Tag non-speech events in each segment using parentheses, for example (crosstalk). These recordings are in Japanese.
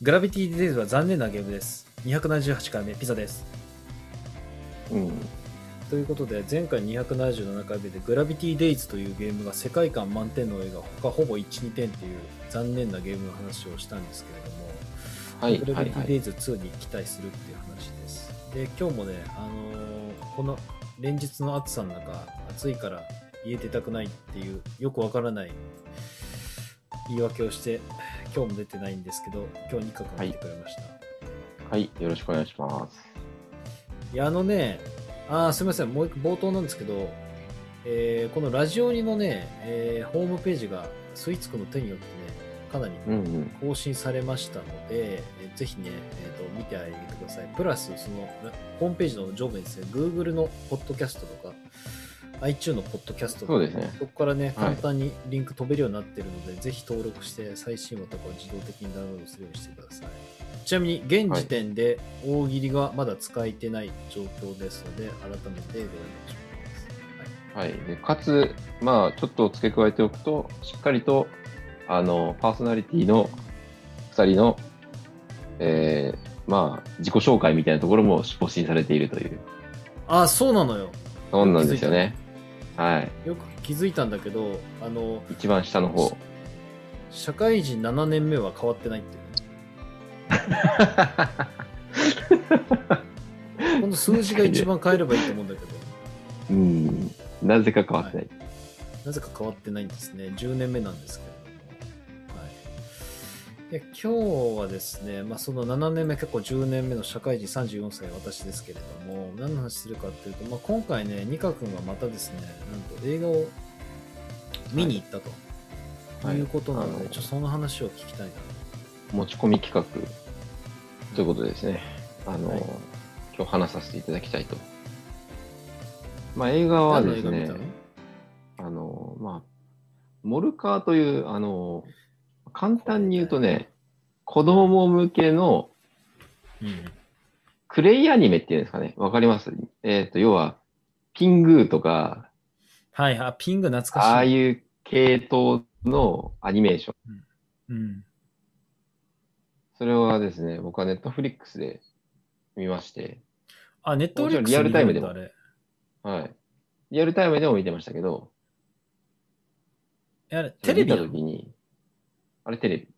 グラビティ・デイズは残念なゲームです。278回目、ピザです。うん。ということで、前回277回目でグラビティ・デイズというゲームが世界観満点の映画、他ほぼ1、2点っていう残念なゲームの話をしたんですけれども、はいグラはビいテはィ・デい。イズ2に期待するっていう話です。で、今日もね、あのーこの連日の暑さの中、暑いから家出たくないっていう、よくわからない言い訳をして、今日も出てないんですけど、今日ニカ君が来てくれました。はい、よろしくお願いします。いや、あのね、あーすみません、もう一個冒頭なんですけど、えーこのラジオにのね、えーホームページがスイーツくんの手によってね、かなりうんうん。更新されましたので、えーぜひね、えーと、見てあげてください。プラス、その、らホームページの上部にですね、Google のポッドキャストとか、iTunes のポッドキャストとそうか、ですね。そこからね、は簡い単にリンク飛べるようになってるので、ぜひ登録して、最新話とかを自動的にダウンロードするようにしてください。ちなみに、現時点で大喜利がまだ使えてない状況ですので、改めてご覧いたしはい。で、かつ、まあ、ちょっと付け加えておくと、しっかりと、あの、パーソナリティの二人の、えー、まあ、自己紹介みたいなところも募集されているという。ます。あ、そうなのよ。そうなんですよね。はい。よく気づいたんだけど、あの、一番下 (laughs) の方。社会人7年目は変わってないっていうね。この数字が一番変えればいいと思うんだけど、うん。なぜか変わってない。なぜか変わってないんですね。10年目なんですけれども。はい、で今日はですね、まあ、その7年目、結構10年目の社会人34歳、私ですけれども、何の話するかっていうと、まあ、今回ね、ニカ君がまたですね、なんと映画を見に行ったと。、はいいうことなのあで、のちょっとその話を聞きたいな。持ち込み企画ということですね。あの、はい今日話させていただきたいと。まあ、映画はです何の映ね画見、あの、まあ、モルカーという、あの、簡単に言うとね、子供向けのクレイアニメっていうんですかね。わかりますえっ、と、要は、ピングーとか、はい、あ、ピング懐かしい。ああいう系統のアニメーション。うん。それはですね、僕はネットフリックスで見まして、あ、ネットフリックスリアルタイムでもあれ。はい。リアルタイムでも見てましたけど、えあれ、テレビ見なたのへときに、あれテレビ。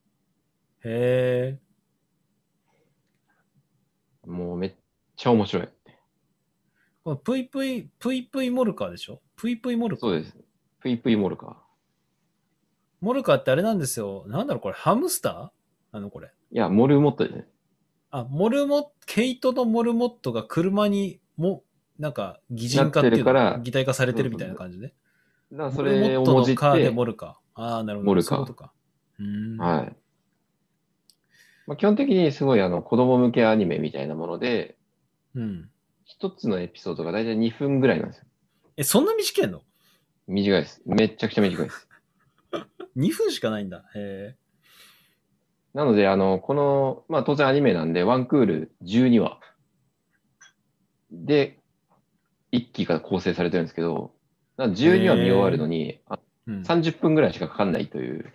え。もうめっちゃ面白い。このぷいぷい、ぷいぷいモルカーでしょぷいぷいモルカー。そうです。ぷいぷいモルカー。モルカーってあれなんですよ。なんだろう、これ、ハムスターあの、これ。いや、モルモットですね。あ、モルモット、毛糸のモルモットが車にも、なんか、擬人化っていうのなってるから擬態化されてるみたいな感じね。だからモそルモれをットものじって、カーでモはルカー。ああ、なるほど。モルカーそういうことか。うーん。い。い。まあ、基本的にすごいあの子供向けアニメみたいなもので、うん。一つのエピソードが大体2分ぐらいなんですよ。え、そんな短いの短いです。めっちゃくちゃ短 (laughs) いです。 ?2 分しかないんだ。へえ。なので、あの、この、まあ当然アニメなんで、ワンクール12話。で、1期が構成されてるんですけど、なんか12話見終わるのに、あうん、 30分ぐらいしかかかんないという、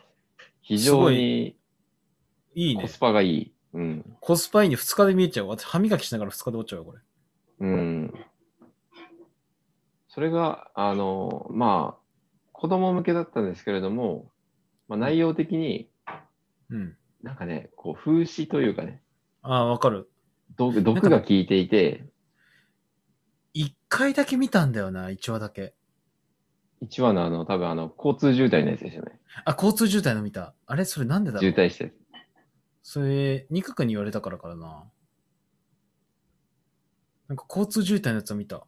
非常にいいコねス。パがいい。うん。コスパいいね。2日で見えちゃう。私、歯磨きしながら2日で終わっちゃうよ、これ。うん。それが、あの、まあ、子供向けだったんですけれども、まあ、内容的にうん。なんかね、こう、風刺というかね、ああ、わかる。毒毒が効いていて、一回だけ見たんだよな、一話だけ。 1話のあの、多分あの、交通渋滞のやつですよね。あ、交通渋滞の見た。あれそれなんでだろ渋う滞して。それ、ニカ君に言われたからからな。なんか交通渋滞のやつを見た。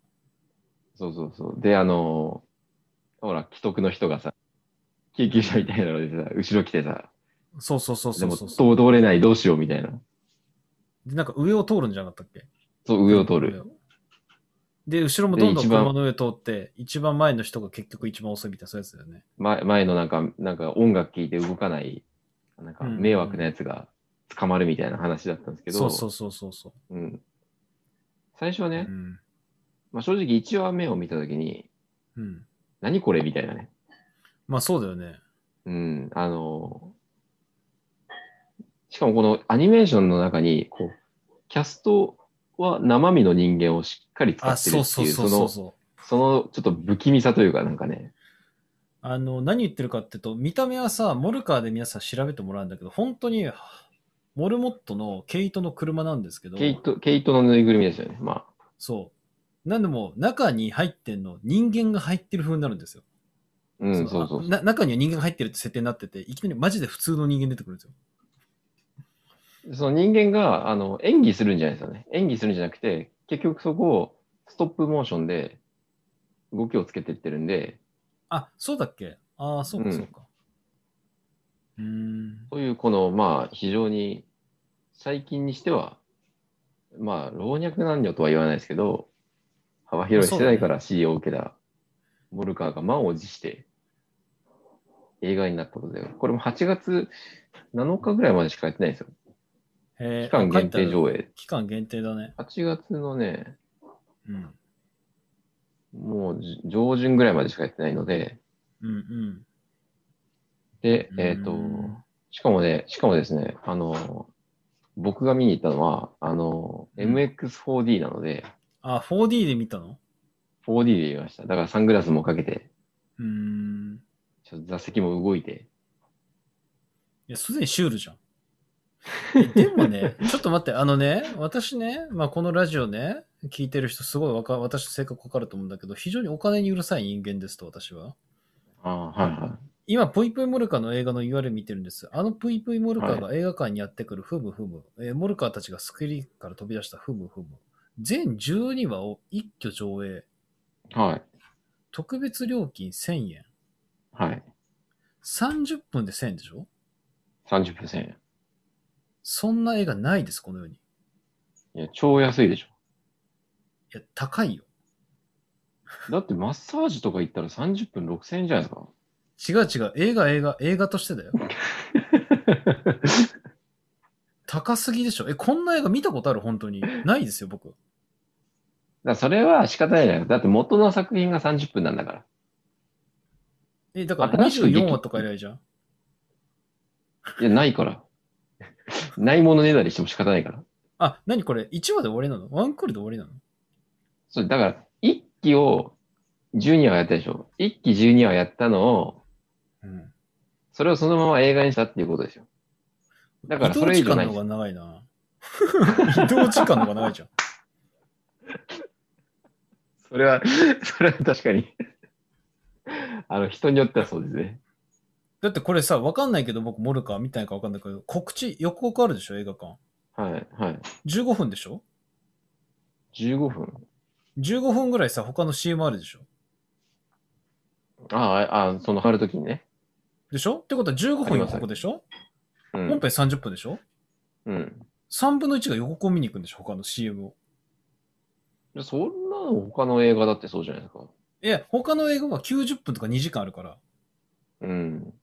そうそうそう。で、あの、ほら、既得の人がさ、救急車みたいなのでさ、後ろ来てさ、そうそうそうでそうも、そうそう通通れない、どうしようみたいな。でなんか上を通るんじゃなかったっけそう、上を通る。。で、後ろもどんどんで一番車の上通って、一番前の人が結局一番遅いみたいなそういうやつだよね。前前のなんか、なんか音楽聴いて動かない、なんかうん迷惑なやつが捕まるみたいな話だったんですけど、。そうそうそうそうそうん。最初はう。ね、うん。まあ、正直1話目を見たときに、うん。何これみたいなね。まあそうだよね。うん、あの、しかもこのアニメーションの中に、こう、キャストは生身の人間をしっかり使あ、ってるそうってそういそう、そうそうの、そう。そのちょっと不気味さというか、なんかね。あの、何言ってるかっていうと、見た目はさ、モルカーで皆さん調べてもらうんだけど、本当に、モルモットの毛糸の車なんですけど、毛糸、毛糸のぬいぐるみですよね。まあ、そう。なんでも、中に入ってんの、人間が入ってる風になるんですよ。うん、そうそうあそう。な中には人間が入ってるって設定になってて、いきなりマジで普通の人間出てくるんですよ。その人間があの演技するんじゃないですよね。演技するんじゃなくて、結局そこをストップモーションで動きをつけてってるんで、あ、そうだっけああ、そううか、んそうか。うーん。そういうこの、まあ、非常に最近にしては、まあ、老若男女とは言わないですけど、幅広い世代から支持を受けたモルカーが満を持して映画になったことで、これも8月7日ぐらいまでしかやってないんですよ。えー期間限定書いて上映ある。期間限定だね。 8月のね、うん。もう上旬ぐらいまでしかやってないので、うんうん。でう、んえっ、と、しかもね、しかもですね、あの、僕が見に行ったのは、あの、うん MX4D なので、あ、4D で見たの 4D で見ました。だからサングラスもかけて、うーん。ちょっと座席も動いて。いや、すでにシュールじゃん。えでもね、ちょっと待って、あのね、私ね、まあ、このラジオね、聞いてる人、すごいわか、私の性格わかると思うんだけど、非常にお金にうるさい人間ですと、私は。ああ、はいは今、ぷいぷいモルカーの映画の URL 見てるんです。あのぷいぷいモルカーが映画館にやってくる、ふむふむ。えーモルカーたちがスクリーンから飛び出した、ふむふむ。全12話を一挙上映。い。はい。特別料金1000円。はい。 30分で1000円でしょ30%。そんな映画ないです、この世に。いいや、超安いでしや、高いよ。ょ。だってマッサージとか行ったら30分6000円じゃないです (laughs) か。違う違う、映画映画、映画としてだよ。高すぎでしょ。え、こんな映画見たことある本当に。ないですよ、僕。だからそれは仕方ないじゃないだって元の作品が30分なんだから。え、だから新しく劇24話とか以来じゃん。いや、ない (laughs) から。ないものねだりしても仕方ないから。あ、何これ ?1 話で終わりなのワンクールで終わりなのそう、だから、1期を12話やったでしょ。1期12話やったのを、うん。それをそのまま映画にしたっていうことですよ。だからそれ以上ない移動時間の方が長いな。 (laughs) 移動時間の方が長いじゃん。それは、 (laughs) それは確かに。 (laughs) あの、人によってはそうですね。だってこれさ、わかんないけど、僕、モルカー見たいかわかんないけど、告知、予告あるでしょ、映画館。はい、はい。 15分でしょ15分 ?15 分ぐらいさ、他の CM あるでしょああ、あその貼るときにね。でしょってことは15分予告でしょう本編ん。 30分でしょうん、 3分の1が予告を見に行くんでしょ他の CM を。そんなの他の映画だってそうじゃないですか。いや、他の映画は90分とか2時間あるから、うん。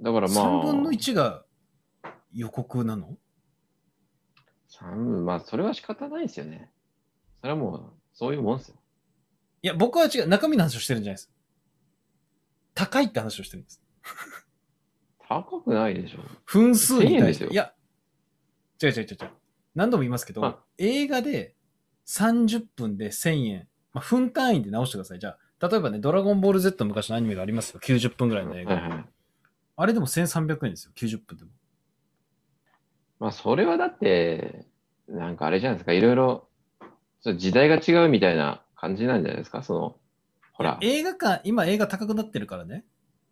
だからま3あ、分の1が予告なの三分まあ、それは仕方ないですよね。それはもう、そういうもんですよ。いや、僕は違う。中身の話をしてるんじゃないです。高いって話をしてるんです。高くないでしょ。分数に1000円で対しすて。よいや、違う違う違う違う。何度も言いますけどあ、映画で30分で1000円。まあ、分単位で直してください。じゃあ、例えばね、ドラゴンボール Z の昔のアニメがありますよ。90分ぐらいの映はい画。はい。あれでも1300円ですよ。90分でも。まあ、それはだって、なんかあれじゃないですか。いろいろ、ちょっと時代が違うみたいな感じなんじゃないですか。その、ほら。映画館、今映画高くなってるからね。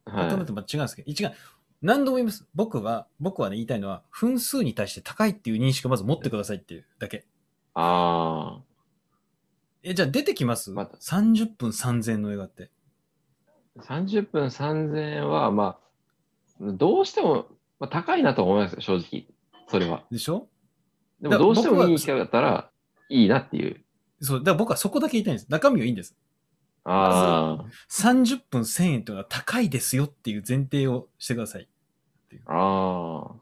はい求めても違うんですけど、一概、何度も言います。僕は、僕はね、言いたいのは、分数に対して高いっていう認識をまず持ってくださいっていうだけ。あえ、じゃあ出てきます、また ?30 分3000円の映画って。あ、30分3000円は、まあ、どうしても、まあ、高いなと思いますよ、正直。それは。でしょでだも、どうして僕もはいい機会だったら、いいなっていう。そう、だから僕はそこだけ言いたいんです。中身はいいんです。あ30分1000円というのは高いですよっていう前提をしてください。いあ、ああ。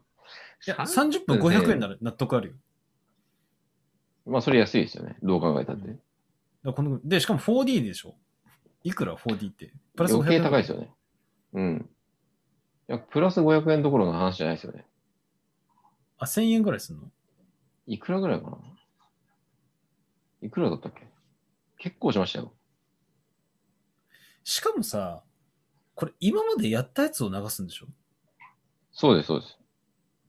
や、30分500円なら納得あるよ。まあ、それ安いですよね。どう考えたって。だからこので、しかも 4D でしょいくら 4D って。プ余計高いいですよね。うん。いや、プラス500円どころの話じゃないですよね。あ、1000円ぐらいするのいくらぐらいかないくらだったっけ結構しましたよ。しかもさ、これ今までやったやつを流すんでしょそうです、そうです。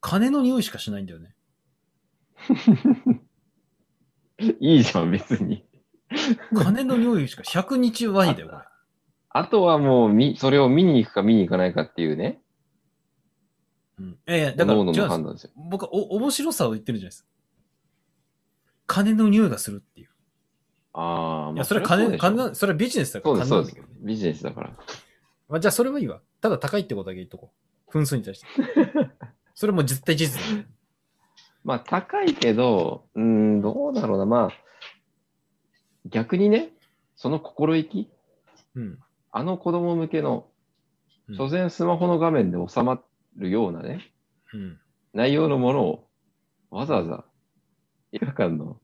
金の匂いしかしないんだよね。いいじゃん、別に。金の匂いしか、100日ワイだよ、これ。あとはもうみ、それを見に行くか見に行かないかっていうね。うん。いやいや、だ各から、違うんで々のす判断ですよ。僕はお、面白さを言ってるじゃないですか。金の匂いがするっていう。ああ、いまや、あ、それははそ金、うでしょ金な、それはビジネスだかそうらです、金なそうんでだすけどね。。ビジネスだから。まあ、じゃあそれはいいわ。ただ高いってことだけ言っとこう。分数に (laughs) 対して。それもう絶対事実だよね。まあ、高いけど、うーん、どうだろうな。まあ、逆にね、その心意気、うん。あの子供向けのう、ん所詮スマホの画面で収まるようなね、うん。内容のものを、わざわざ、映画館の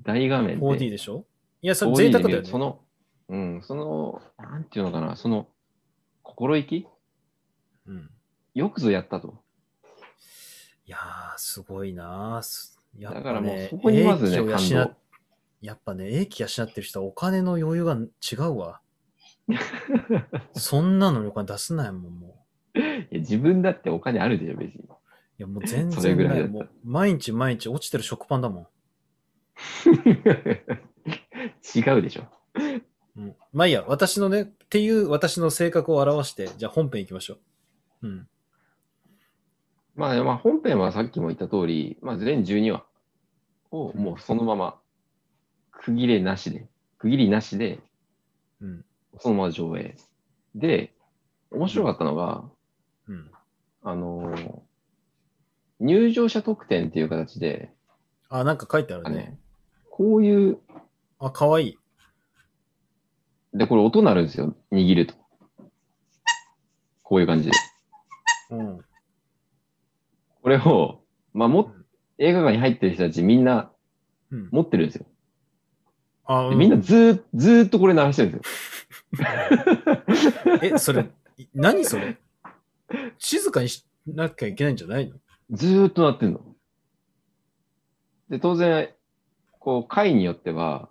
大画面 4D で、でしょいや、それ 4D で贅沢だ見よるねそ。の、うん、その、なんていうのかな、その、心意気うん。よくぞやったと。いやー、すごいなーす。やだっからぱもうね、そこにまずね、英気を感養っ動。やっぱね、英気養ってる人はお金の余裕が違う (laughs) わ。そんなのお金出せないもん、もう。いや自分だってお金あるでしょ、別に。 (laughs) いや、もう全それ然ぐらいなだっい。たもう、毎日毎日落ちてる食パンだも違うでしょ。ん。うん。まあいいや、私のね、っていう私の性格を表して、じゃあ本編行きましょう。うん。まあ、まあ、本編はさっきも言った通り、まあ、全12話をもうそのまま、区切れなしで、区切りなしで、うん。そのまま上映。で、面白かったのが、うん。あのー入場者特典っていう形で、あ、なんか書いてああるのね。こういう、あ、かわいい。で、これ音鳴るんですよ、握ると。こういう感じで。うん。これを、まあ、もうん、映画館に入ってる人たちみんなうん。持ってるんですよ。あ、うでみんなずーずーっとこれ鳴らしてるんですよ。え、それ、い何それ静かにしなきゃいけないんじゃないのずーっと鳴ってんの。で、当然、こう、回によっては、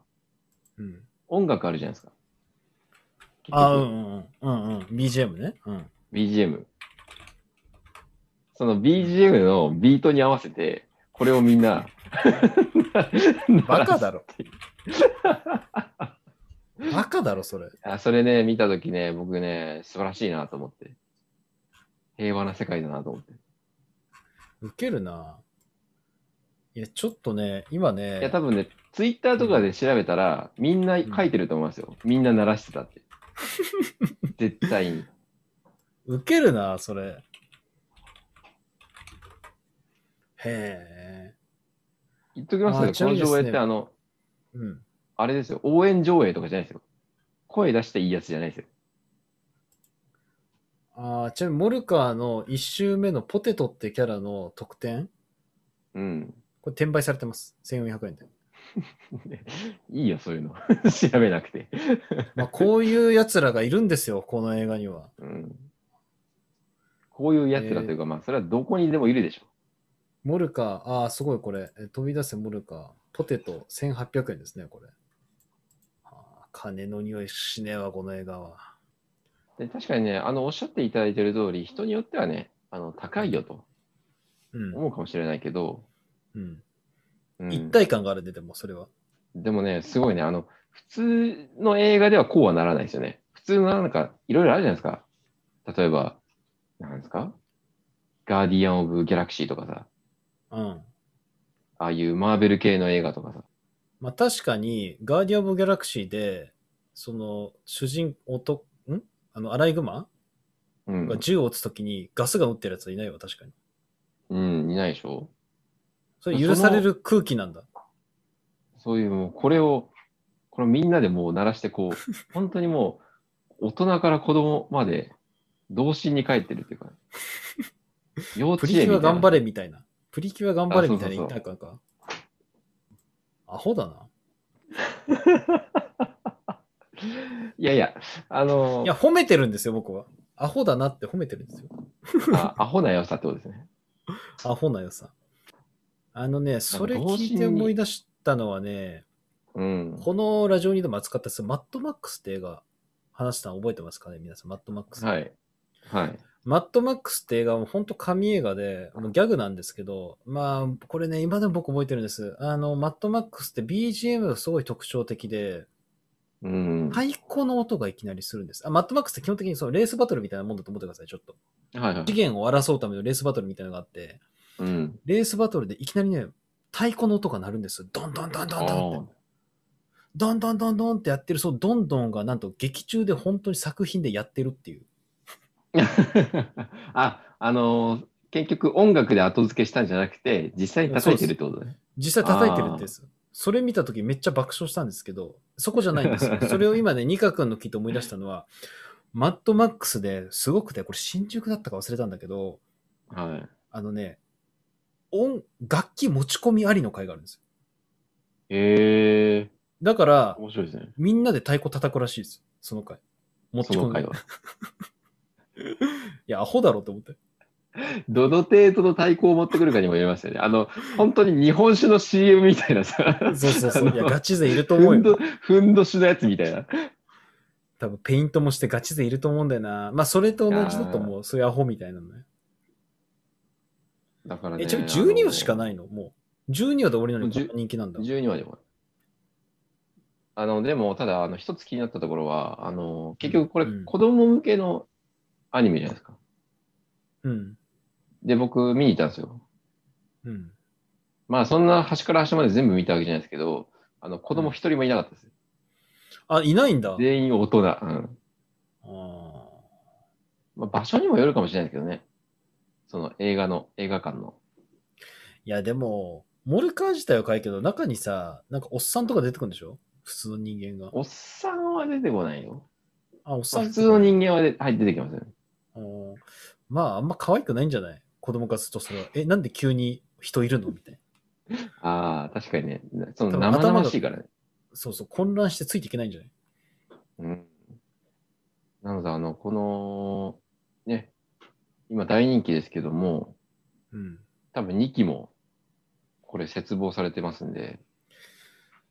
うん。音楽あるじゃないですか。あ、うんうんうん。うんうん。BGM ね。うん。 BGM。その BGM のビートに合わせて、これをみんな、 (laughs) バカだろ。 (laughs) バカだろ、それ。 (laughs) あそれね、見たときね、僕ね、素晴らしいなと思って。平和な世界だなと思って。ウケるな。いや、ちょっとね、今ね。いや、多分ね、ツイッターとかで調べたら、みんな書いてると思いますよ。みんな鳴らして (laughs) たって。絶対に。ウケるな、それ。へえ。言っときますあけちなど、みこにのですね上映って、あの、うん。あれですよ、応援上映とかじゃないですよ。声出していいやつじゃないですよ。ああ、ちなみに、モルカーの1周目のポテトってキャラの特典、うん。これ転売されてます。1400円で。いいよ、そういうの。 (laughs) 調べなくて。まあ、こういう奴らがいるんですよ、この映画には。うん。こういうやつらというか、まあ、それはどこにでもいるでしょ。モルカー、ああ、すごいこれ。え飛び出せモルカー。ポテト1800円ですね、これ。あー金の匂いしねえわ、この映画は。で確かにね、あの、おっしゃっていただいてる通り、人によってはね、あの、高いよとうん。思うかもしれないけど、うん。うん一体感があるね、でも、それは。でもね、すごいね、あの、普通の映画ではこうはならないですよね。普通のなんか、いろいろあるじゃないですか。例えば、なんですかガーディアン・オブ・ギャラクシーとかさ、うん。ああいうマーベル系の映画とかさ。まあ確かに、ガーディアン・オブ・ギャラクシーで、その、主人、おと、んあの、アライグマうんが。銃を撃つときにガスが撃ってるやつはいないわ、確かに。うん、いないでしょそれ許される空気なんだ。そういう、もう、これを、これみんなでもう鳴らして、(laughs) こう、本当にもう、大人から子供まで、童心に帰ってるってい (laughs) うか、幼プ稚リキ園ュアみたい頑張な。れみたいな。プリキュア頑張れみたいな言あっそたうかんか。アホだな。いやいや、あのいや、褒めてるんですよ、僕は。アホだなって褒めてるんですよ。あアホな良さってことですね。アホな良さ。あのね、それ聞いて思い出したのはね、うん。このラジオにでも扱ったそのマッドマックスって映画、話したの覚えてますかね、皆さん、マッドマックス。はい。はい。マッドマックスって映画も本当神映画で、もうギャグなんですけど、まあ、これね、今でも僕覚えてるんです。あの、マッドマックスって BGM がすごい特徴的で、うん。太鼓の音がいきなりするんです。あ、マッドマックスって基本的にそのレースバトルみたいなもんだと思ってください、ちょっと。はいはい次。元を争うためのレースバトルみたいなのがあって、うん。レースバトルでいきなりね、太鼓の音が鳴るんです。ドンドンドンドンドンって。ドンドンドンドンってやってる、そのドンドンがなんと劇中で本当に作品でやってるっていう。 (laughs) あ、あのー結局音楽で後付けしたんじゃなくて、実際に叩いてるってことね。実際叩いてるんです。それ見た時めっちゃ爆笑したんですけど、そこじゃないんです (laughs) よ。それを今ね、ニカ君の聞いて思い出したのは、マッドマックスですごくて、これ新宿だったか忘れたんだけど、はい。あのね、音、楽器持ち込みありの回があるんですよ。へえだからー、、面白いですね。みんなで太鼓叩くらしいです。その回。持ち込そのみ。会い話。 (laughs) や、アホだろって思って。どの程度の太鼓を持ってくるかにもよりますよね。あの、本当に日本酒の CM みたいなさ。そうそうそ (laughs) あう。のいや、ガチ勢いると思ふうんどよ。ふんどしのやつみたいな。多分、ペイントもしてガチ勢いると思うんだよな。まあ、それと同じだと思う。そういうアホみたいなのね。だからね。え、ちなみに12話しかい。ないのもう。12話で俺のじゅに人気なんだ。 12話でも。あの、でも、ただ、あの、一つ気になったところは、あの、結局これ、うん子供向けのアニメじゃないですか。うん。で、僕、見に行ったんですよ。うん。まあ、そんな端から端まで全部見たわけじゃないですけど、あの、子供一人もいなかったです。あ、いないんだ。あ全員大人。うん。ーまあ、場所にもよるかもしれないですけどね。その映画の、映画館の。いや、でも、モルカー自体は可愛いけど、中にさ、なんかおっさんとか出てくるんでしょ普通の人間が。おっさんは出てこないよ。あ、おっさまあん普通の人間はで、はい、出てきますよね。うんまあ、あんま可愛くないんじゃない子供からするとそれは。え、なんで急に人いるのみたいな。ああ、確かにね。その多分頭が生々しいからね。そうそう、混乱してついていけないんじゃないうん。なので、あの、この、ね、今大人気ですけども、うん。多分2期も、これ、絶望されてますんで、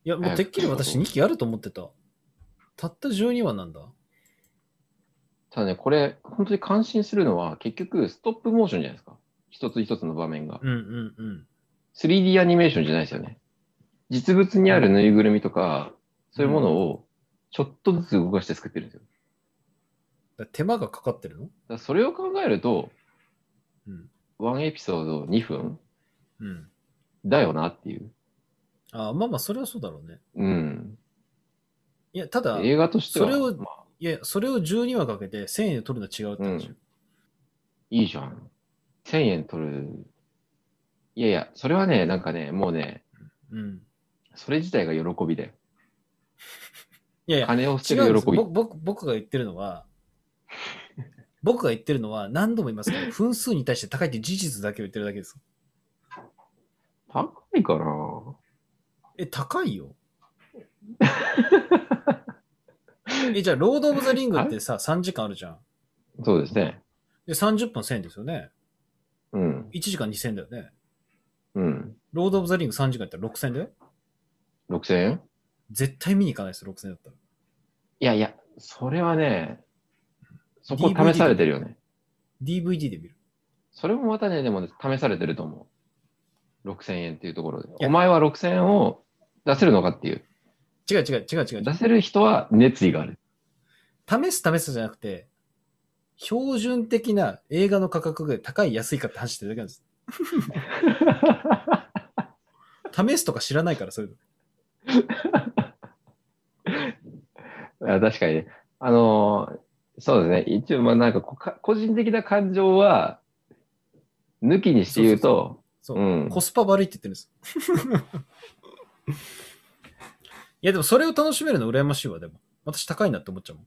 いや、もうてっきり私2期あると思ってた。たった12話なんだ。ただね、これ、本当に感心するのは、結局、ストップモーションじゃないですか。一つ一つの場面が。うんうんうん。 3D アニメーションじゃないですよね。実物にあるぬいぐるみとか、そういうものを、ちょっとずつ動かして作ってるんですよ。だかだ手間がかかってるのらそれを考えると、うん。ワンエピソード2分うん。だよなっていう。あまあまあ、それはそうだろうね。うん。いや、ただ、い映画としてそは、れをまあ、や、それを12話かけて1000円で取るのは違うって話。うんいいじゃん。1000円取る。いやいや、それはね、なんかね、もうね、うん。それ自体が喜びだよ。いやいや、金を違捨てうんでるす喜び。僕僕僕が言ってるの (laughs) は、僕が言ってるのは何度も言いますけ (laughs) ど、分数に対して高いっていう事実だけを言ってるだけです。高いかなえ、高い (laughs) よ。え、じゃあ、ロード・オブ・ザ・リングってさ、3時間あるじゃん。そうですね。で、30分1000円ですよね。うん。 1時間2000円だよね。うん。ロード・オブ・ザ・リング3時間やったら6000円だよ。 6000円絶対見に行かないですよ、6000円だったら。いやいや、それはね、そこ試されてるよね。 DVD で見る。それもまたね、でもね、試されてると思う。6000円っていうところで。やお前は6000円を出せるのかっていう。違う違う違う違う出せる人は熱意が (laughs) ある。違う。試す試すじゃなくて、標準的な映画の価格が高い安いかって話してるだけなんです。試すとか知らないから、そういうの。あ確かにね。あのーそうですね。一応、まあなんかこか、個人的な感情は、抜きにして言うと、そうう。ん。コスパ悪いって言ってるんです。いや、でもそれを楽しめるの羨ましいわ、でも。私高いなって思っちゃうもん。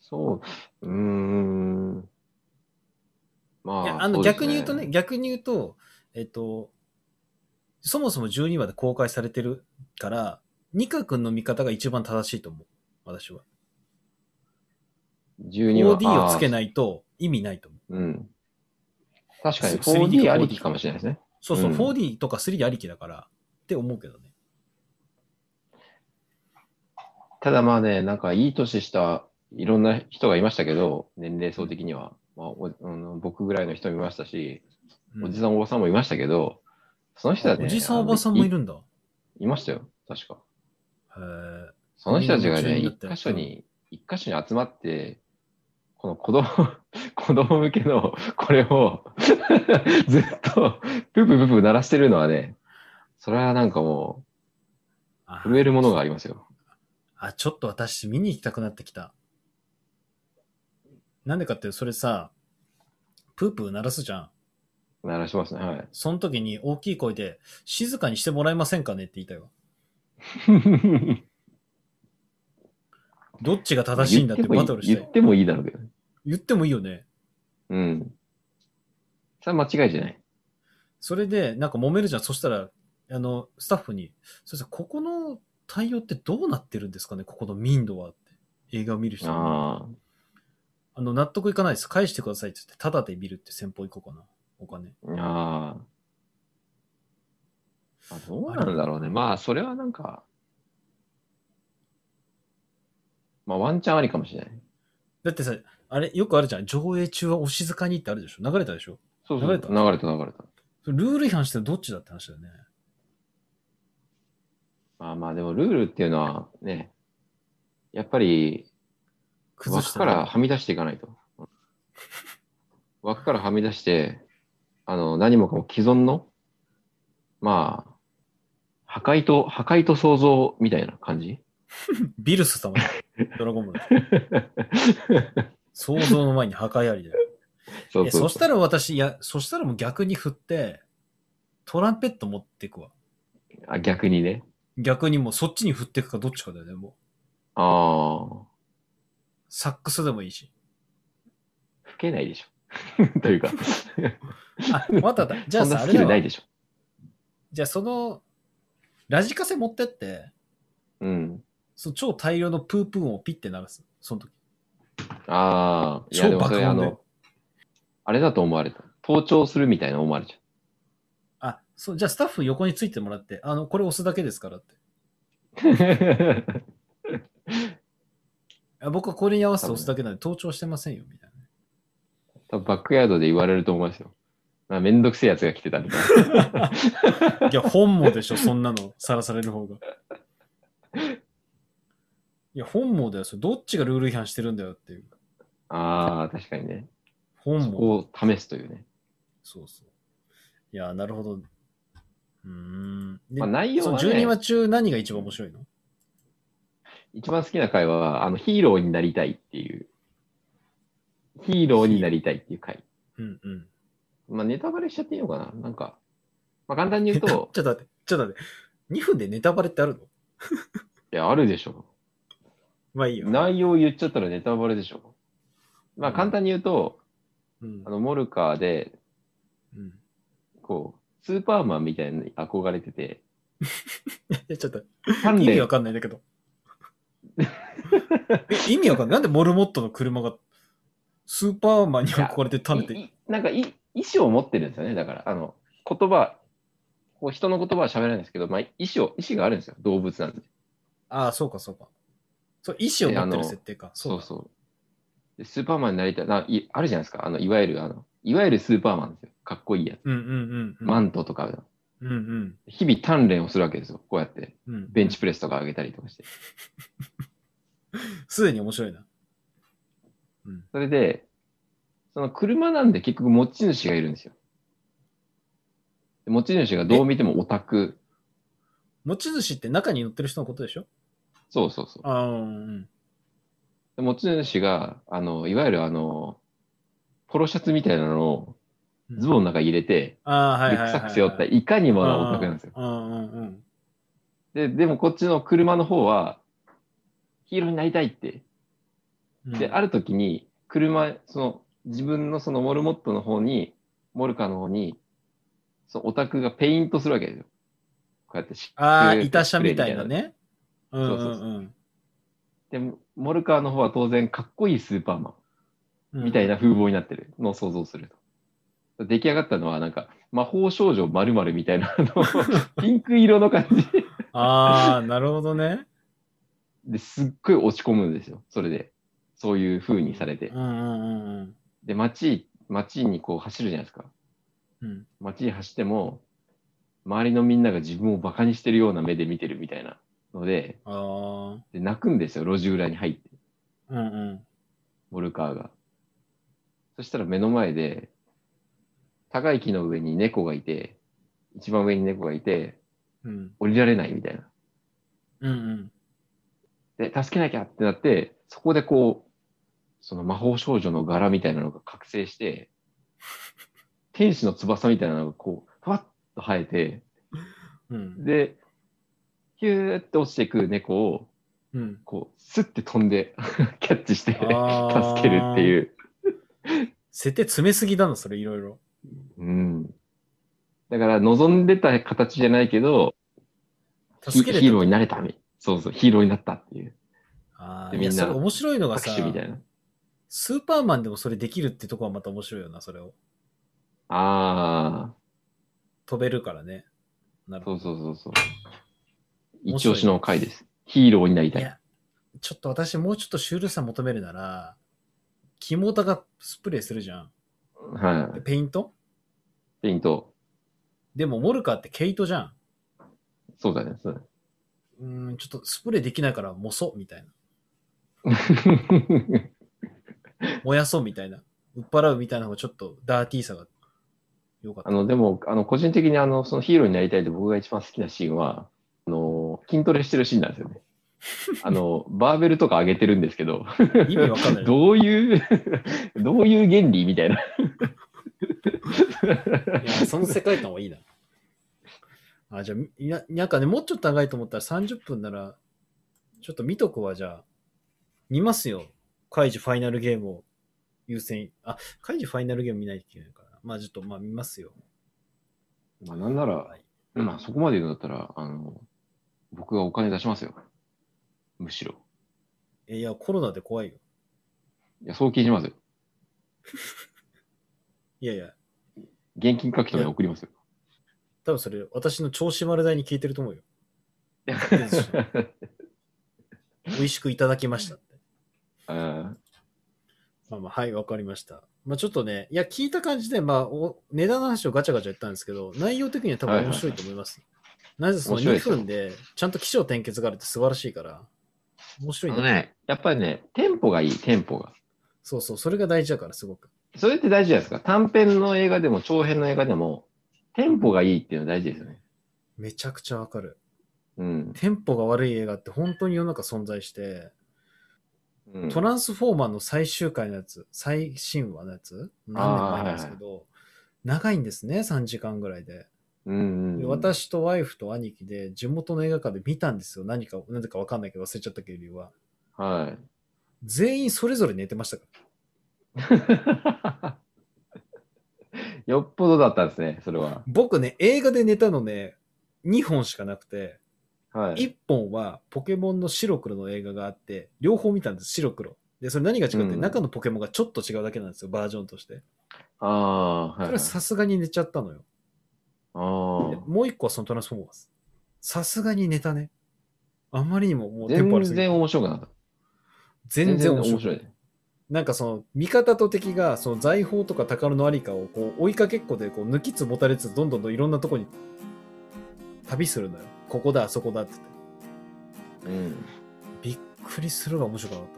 そう、うーん。まあ、いや、あの、そうです逆に言うとね、、逆に言うと、えっと、そもそも12話で公開されてるから、ニカ君の見方が一番正しいと思う。私は。 12は 4D をつけい。ないと意味ないと思う。うん。確かに 3D か 4D ありきかもしれないですね。そうそう、うん 4D とか 3D ありきだからって思うけどね。ただまあね、なんかいい年したいろんな人がいましたけど、年齢層的には。まあ、おあの僕ぐらいの人もいましたし、うんおじさんおばさんもいましたけど、その人たち、ね、おじさんおばさんもいるるんだ。へいましたよ、確か。え。その人たちがみんなね、夢中になっ一て箇所に、一箇所に集まって、この子供、 (laughs) 子供向けのこれを (laughs) ずっとプープープープー鳴らしてるのはね、それはなんかもあう震えるものがありますよ。あ、ちょっと私見に行きたくなってきた。なんでかって、それさ、プープー鳴らすじゃん。鳴らしますね。はい。その時に大きい声で、静かにしてもらえませんかねって言いたいわ。どっちが (laughs) 正しいんだってバトルし言てっ。てもいいだろうけど。言ってもいいよね。うん。それは間違いじゃない。それで、なんか揉めるじゃん。そしたら、あの、スタッフに、そしたら、ここの対応ってどうなってるんですかねここの民度はって。映画を見る人にああの、納得いかないです。返してくださいって言って、ただで見るって先方行こうかな。お金。あ。ああ。あどうなんだろうね。まあ、それはなんか、まあ、ワンチャンありかもしれない。だってさ、あれ、よくあるじゃん。上映中はお静かにってあるでしょ流れたでしょそうそう。流れた流れた、流れた。それルール違反してるのどっちだって話だよね。まあまあ、でも、ルールっていうのはね、やっぱり、崩し枠てかねらはみ出していかないと。枠からはみ出して、あの、何もかも既存の、まあ、破壊と、破壊と創造みたいな (laughs) 感じビルス様だ。ドラゴンボール。想像の前に破壊ありだよ。 (laughs) そえそしたら私、いや、そしたらもう逆に振って、トランペット持っていくわ。あ逆にね。逆にもうそっちに振っていくかどっちかだよね、もう。ああ、サックスでもいいし。吹けないでしょ。と (laughs) いうか、あ、わ (laughs) かったわかった。じゃあそんさ、なあスれキだルなわいでしょ。じゃあその、ラジカセ持ってって、うん。その超大量のプープー音をピッて鳴らす。その時。ああ、いや超でもそ爆れあ音での、。あれだと思われた。盗聴するみたいな思われちゃう。あ、そう、じゃあスタッフ横についてもらって、あの、これ押すだけですからって。 (laughs) あ僕はこれに合わせて押すだけなんで、盗聴してませんよ、みたいな。多分バックヤードで言われると思いますよ。あめんどくせえやつが来てたみたいな。いや、本望でしょ、そんなの、さらされる方が。いや、本望だよ、それどっちがルール違反してるんだよっていう。ああ、確かにね。本そ望。こを試すというね。そうそう。いや、なるほど。うーん。でまあ、内容そのは、 12ね話、中、何が一番面白いの一番好きな会話は、あの、ヒーローになりたいっていう。ヒーローになりたいっていう回。うんうん。まあ、ネタバレしちゃっていいのかななんか、まあ、簡単にえ言 (laughs) うちょっ、とと待って、ちょっと待って。2分でネタバレってあるのいや、あるでしょ。まあいいよ。内容言っちゃったらネタバレでしょ。まあ、うん簡単に言うと、うんあ。の、モルカーで、うん (laughs) こう、スーパーマンみたいに憧れてて、えちょっと、鍛意味わ錬、かんないんだけど。 (laughs) え意味わかんない。なんでモルモットの車がスーパーマンに憧れて食べていいなんかい、意思を持ってるんですよね。だから、あの、言葉、こう人の言葉は喋らないんですけど、まあ、意思を、意思があるんですよ。動物なんで。ああ、そうか、そうか。そう、意思を持ってる設定か。そそううそう。そう。でスーパーマンになりたい。ないあるじゃないですか。あの、いわゆる、あの、いわゆるスーパーマンですよ。かっこいいやつ。うんうんうん。マントとか、うんうん。日々鍛錬をするわけですよ。こうやって。うん。ベンチプレスとか上げたりとかして。すでに面白いな。うん。それで、その車なんで結局持ち主がいるんですよ。で持ち主がどう見てもオタク。持ち主って中に乗ってる人のことでしょそうそうそう。ああ、うん。で持ち主が、あの、いわゆるあの、ポロシャツみたいなのをズボンン。の中に入れて、ああ、リはいはュッいはい、クサック背負ったいかにもなオタクなんですよ。ああうんうんうん。で、でもこっちの車の方は、ヒーローになりたいって。うんで、ある時に、車、その、自分のそのモルモットの方に、モルカの方に、そのオタクがペイントするわけですよ。こうやってしああ、でいたしゃみたいなね。うんうんそうそううんで、モルカーの方は当然かっこいいスーパーマンうん。みたいな風貌になってるのを想像すると。出来上がったのは、なんか、魔法少女まるみたいな、あ (laughs) の、ピンク色の感じああ、なるほどね。ですっごい落ち込むんですよ。それで。そういう風にされてう。んうんうんうんで、街、街にこう走るじゃないですか。うん。街に走っても、周りのみんなが自分をバカにしてるような目で見てるみたいなので、ああ、で泣くんですよ、路地裏に入って、うんうん。ボルカーが。そしたら目の前で、高い木の上に猫がいて、一番上に猫がいて、うん降りられないみたいな。うんうん。で、助けなきゃってなって、そこでこう、その魔法少女の柄みたいなのが覚醒して、天使の翼みたいなのがこう、ふわっと生えて、うんで、ヒューって落ちてく猫を、うん。こう、スッて飛んで、 (laughs) キャッチして、 (laughs) 助あーけるっていう。設定詰めすぎだな、それいろいろ。うん。だから、望んでた形じゃないけど、ヒ助けれたヒーローになれたみ。そうそう、ヒーローになったっていう。ああ、でいや、みんなそれ面白いのがさ拍、手みたいな。スーパーマンでもそれできるってとこはまた面白いよな、それを。あ飛べるからね。なあ、るそほど。うそうそうそう。面白い一押しの回です。ヒーローになりたいい。や、ちょっと私もうちょっとシュールさ求めるなら、キモタがスプレーするじゃん。はでい。ペイントペイント。でもモルカーって毛糸じゃん。そうだね。そうだねうーん、ちょっとスプレーできないからもそ、みたいな。燃やそう、みたいな。売っ払うみたいな方がちょっとダーティーさが良 (laughs) かった。 (laughs) あの、でも、あの、個人的にあの、そのヒーローになりたいで僕が一番好きなシーンは、あの、筋トレしてるシーンなんですよね。あの、バーベルとか上げてるんですけど、意味わかんない。どういう、 (laughs) どういう原理みたいな。いや、その世界観はいいな。あ、じゃあ、みななんかね、もうちょっと長いと思ったら30分なら、ちょっと見とくわ、じゃあ。見ますよ。カイジファイナルゲームを優先。あ、カイジファイナルゲーム見ないといけないから。まあちょっと、まあ見ますよ。まあ、なんならは、い、まあ、そこまで言うんだったら、あの、僕がお金出しますよ。むしろ。えいや、コロナで怖いよ。いや、送金しますよ。いやいや、現金書き留め送り (laughs) ますよ。多分それ、私の調子丸大に聞いてると思うよ。美味しくいただきましたって。あまあまあ、はい、わかりました。まあちょっとね、いや、聞いた感じで、まあお、値段の話をガチャガチャやったんですけど、内容的には多分面白いと思います。なぜその2面白いですよ分で、ちゃんと起承転結があるって素晴らしいから、面白いのね。ね、やっぱりね、テンポがいい、テンポが。そうそう、それが大事だから、すごく。それって大事じゃないですか。短編の映画でも長編の映画でも、テンポがいいっていうのは大事ですよね。めちゃくちゃわかる。うん。テンポが悪い映画って本当に世の中存在して、うんトランスフォーマーの最終回のやつ、最新話のやつ、何年前なんですけど、長いんですね、3時間ぐらいで。うんうんでうん、私とワイフと兄貴で地元の映画館で見たんですよ。何か、なぜかわかんないけど忘れちゃったけど理由は。はい。 (laughs) 全員それぞれ寝てましたから。よっぽどだったんですね、それは。僕ね、映画で寝たのね、2本しかなくて、はい。 1本はポケモンの白黒の映画があって、両方見たんです、白黒。で、それ何が違って、うん中のポケモンがちょっと違うだけなんですよ、バージョンとして。ああ、はいそはい、れはさすがに寝ちゃったのよ。であもう1個はそのトランスフォーマーです。さすがに寝たね。あまりにももあ。うテンポ悪すぎて全然面白くなかった。全然面白い。ね。なんかその味方と敵がその財宝とか宝のありかをこう追いかけっこでこう抜きつ持たれつどんどんどんいろんなとこに旅するのよ。ここだあそこだって言ってうん。びっくりするが面白くなかっ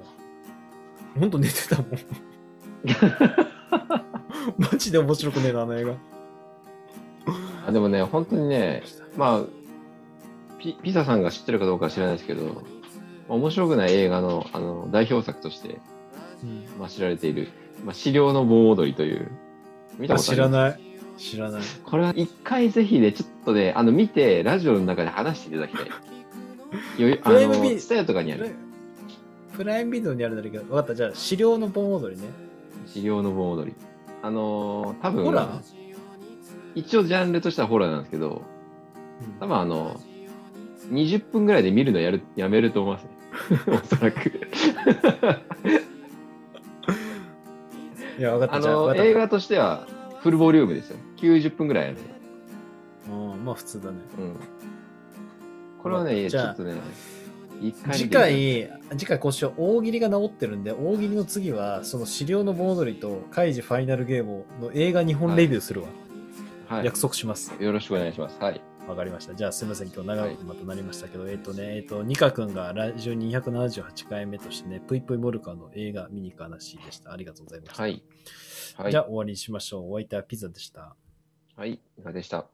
た。ほんと寝てたもん。 (laughs) マジで面白くねえなあの映画。あでもね、本当にね、まあ、ピピザさんが知ってるかどうかは知らないですけど、まあ面白くない映画のあの代表作として、うんまあ、知られている、まあ、資料の盆踊りという、見たあことあ知りまらなすい。知らない。これは一回ぜひね、ちょっとね、あの見て、ラジオの中で話していただきたい。よいあプライムビの、ツタヤとかにある、プライムビデオにあるんだけど、わかった。じゃあ、資料の盆踊りね。資料の盆踊り。あのー、多分ホラー一応ジャンルとしてはホラーなんですけど、うん多分あの、20分ぐらいで見るのやるやめると思いますね。 (laughs) おそらく。いや、わかっあた。じゃあ、わの、 (laughs) かった映画としては、フルボリュームですよ。90分ぐらいあるのようん、まあ普通だね。うん。これはね、ちじょゃあっとね、一回次見てみて回、次回今週は大喜利が治ってるんで、大喜利の次は、その資料の盆踊りと、カイジファイナルゲームの映画日本レビューするわ。はい、約束します。よろしくお願いします。はい。わかりました。じゃあすいません、今日長くまたなりましたけど、えっ、とね、えっ、と、ニカ君がラジオ278回目としてね、ぷいぷいモルカーの映画見に行く話でした。ありがとうございました。はい。はい。じゃあ終わりにしましょう。お相手はピザでした。はい。いかがでした。